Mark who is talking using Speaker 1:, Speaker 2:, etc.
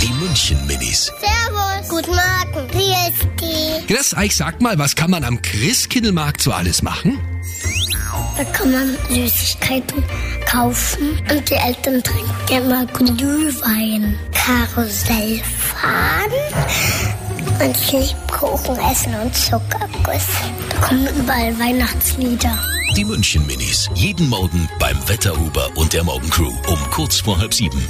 Speaker 1: Die München Minis.
Speaker 2: Servus. Guten Morgen. PSD.
Speaker 1: Chris, ich sag mal, was kann man am Christkindlmarkt so alles machen?
Speaker 2: Da kann man Süßigkeiten kaufen und die Eltern trinken immer Glühwein. Karussell fahren und Lebkuchen essen und Zuckerguss. Da kommen überall Weihnachtslieder.
Speaker 3: Die München Minis. Jeden Morgen beim Wetterhuber und der Morgencrew um kurz vor halb sieben.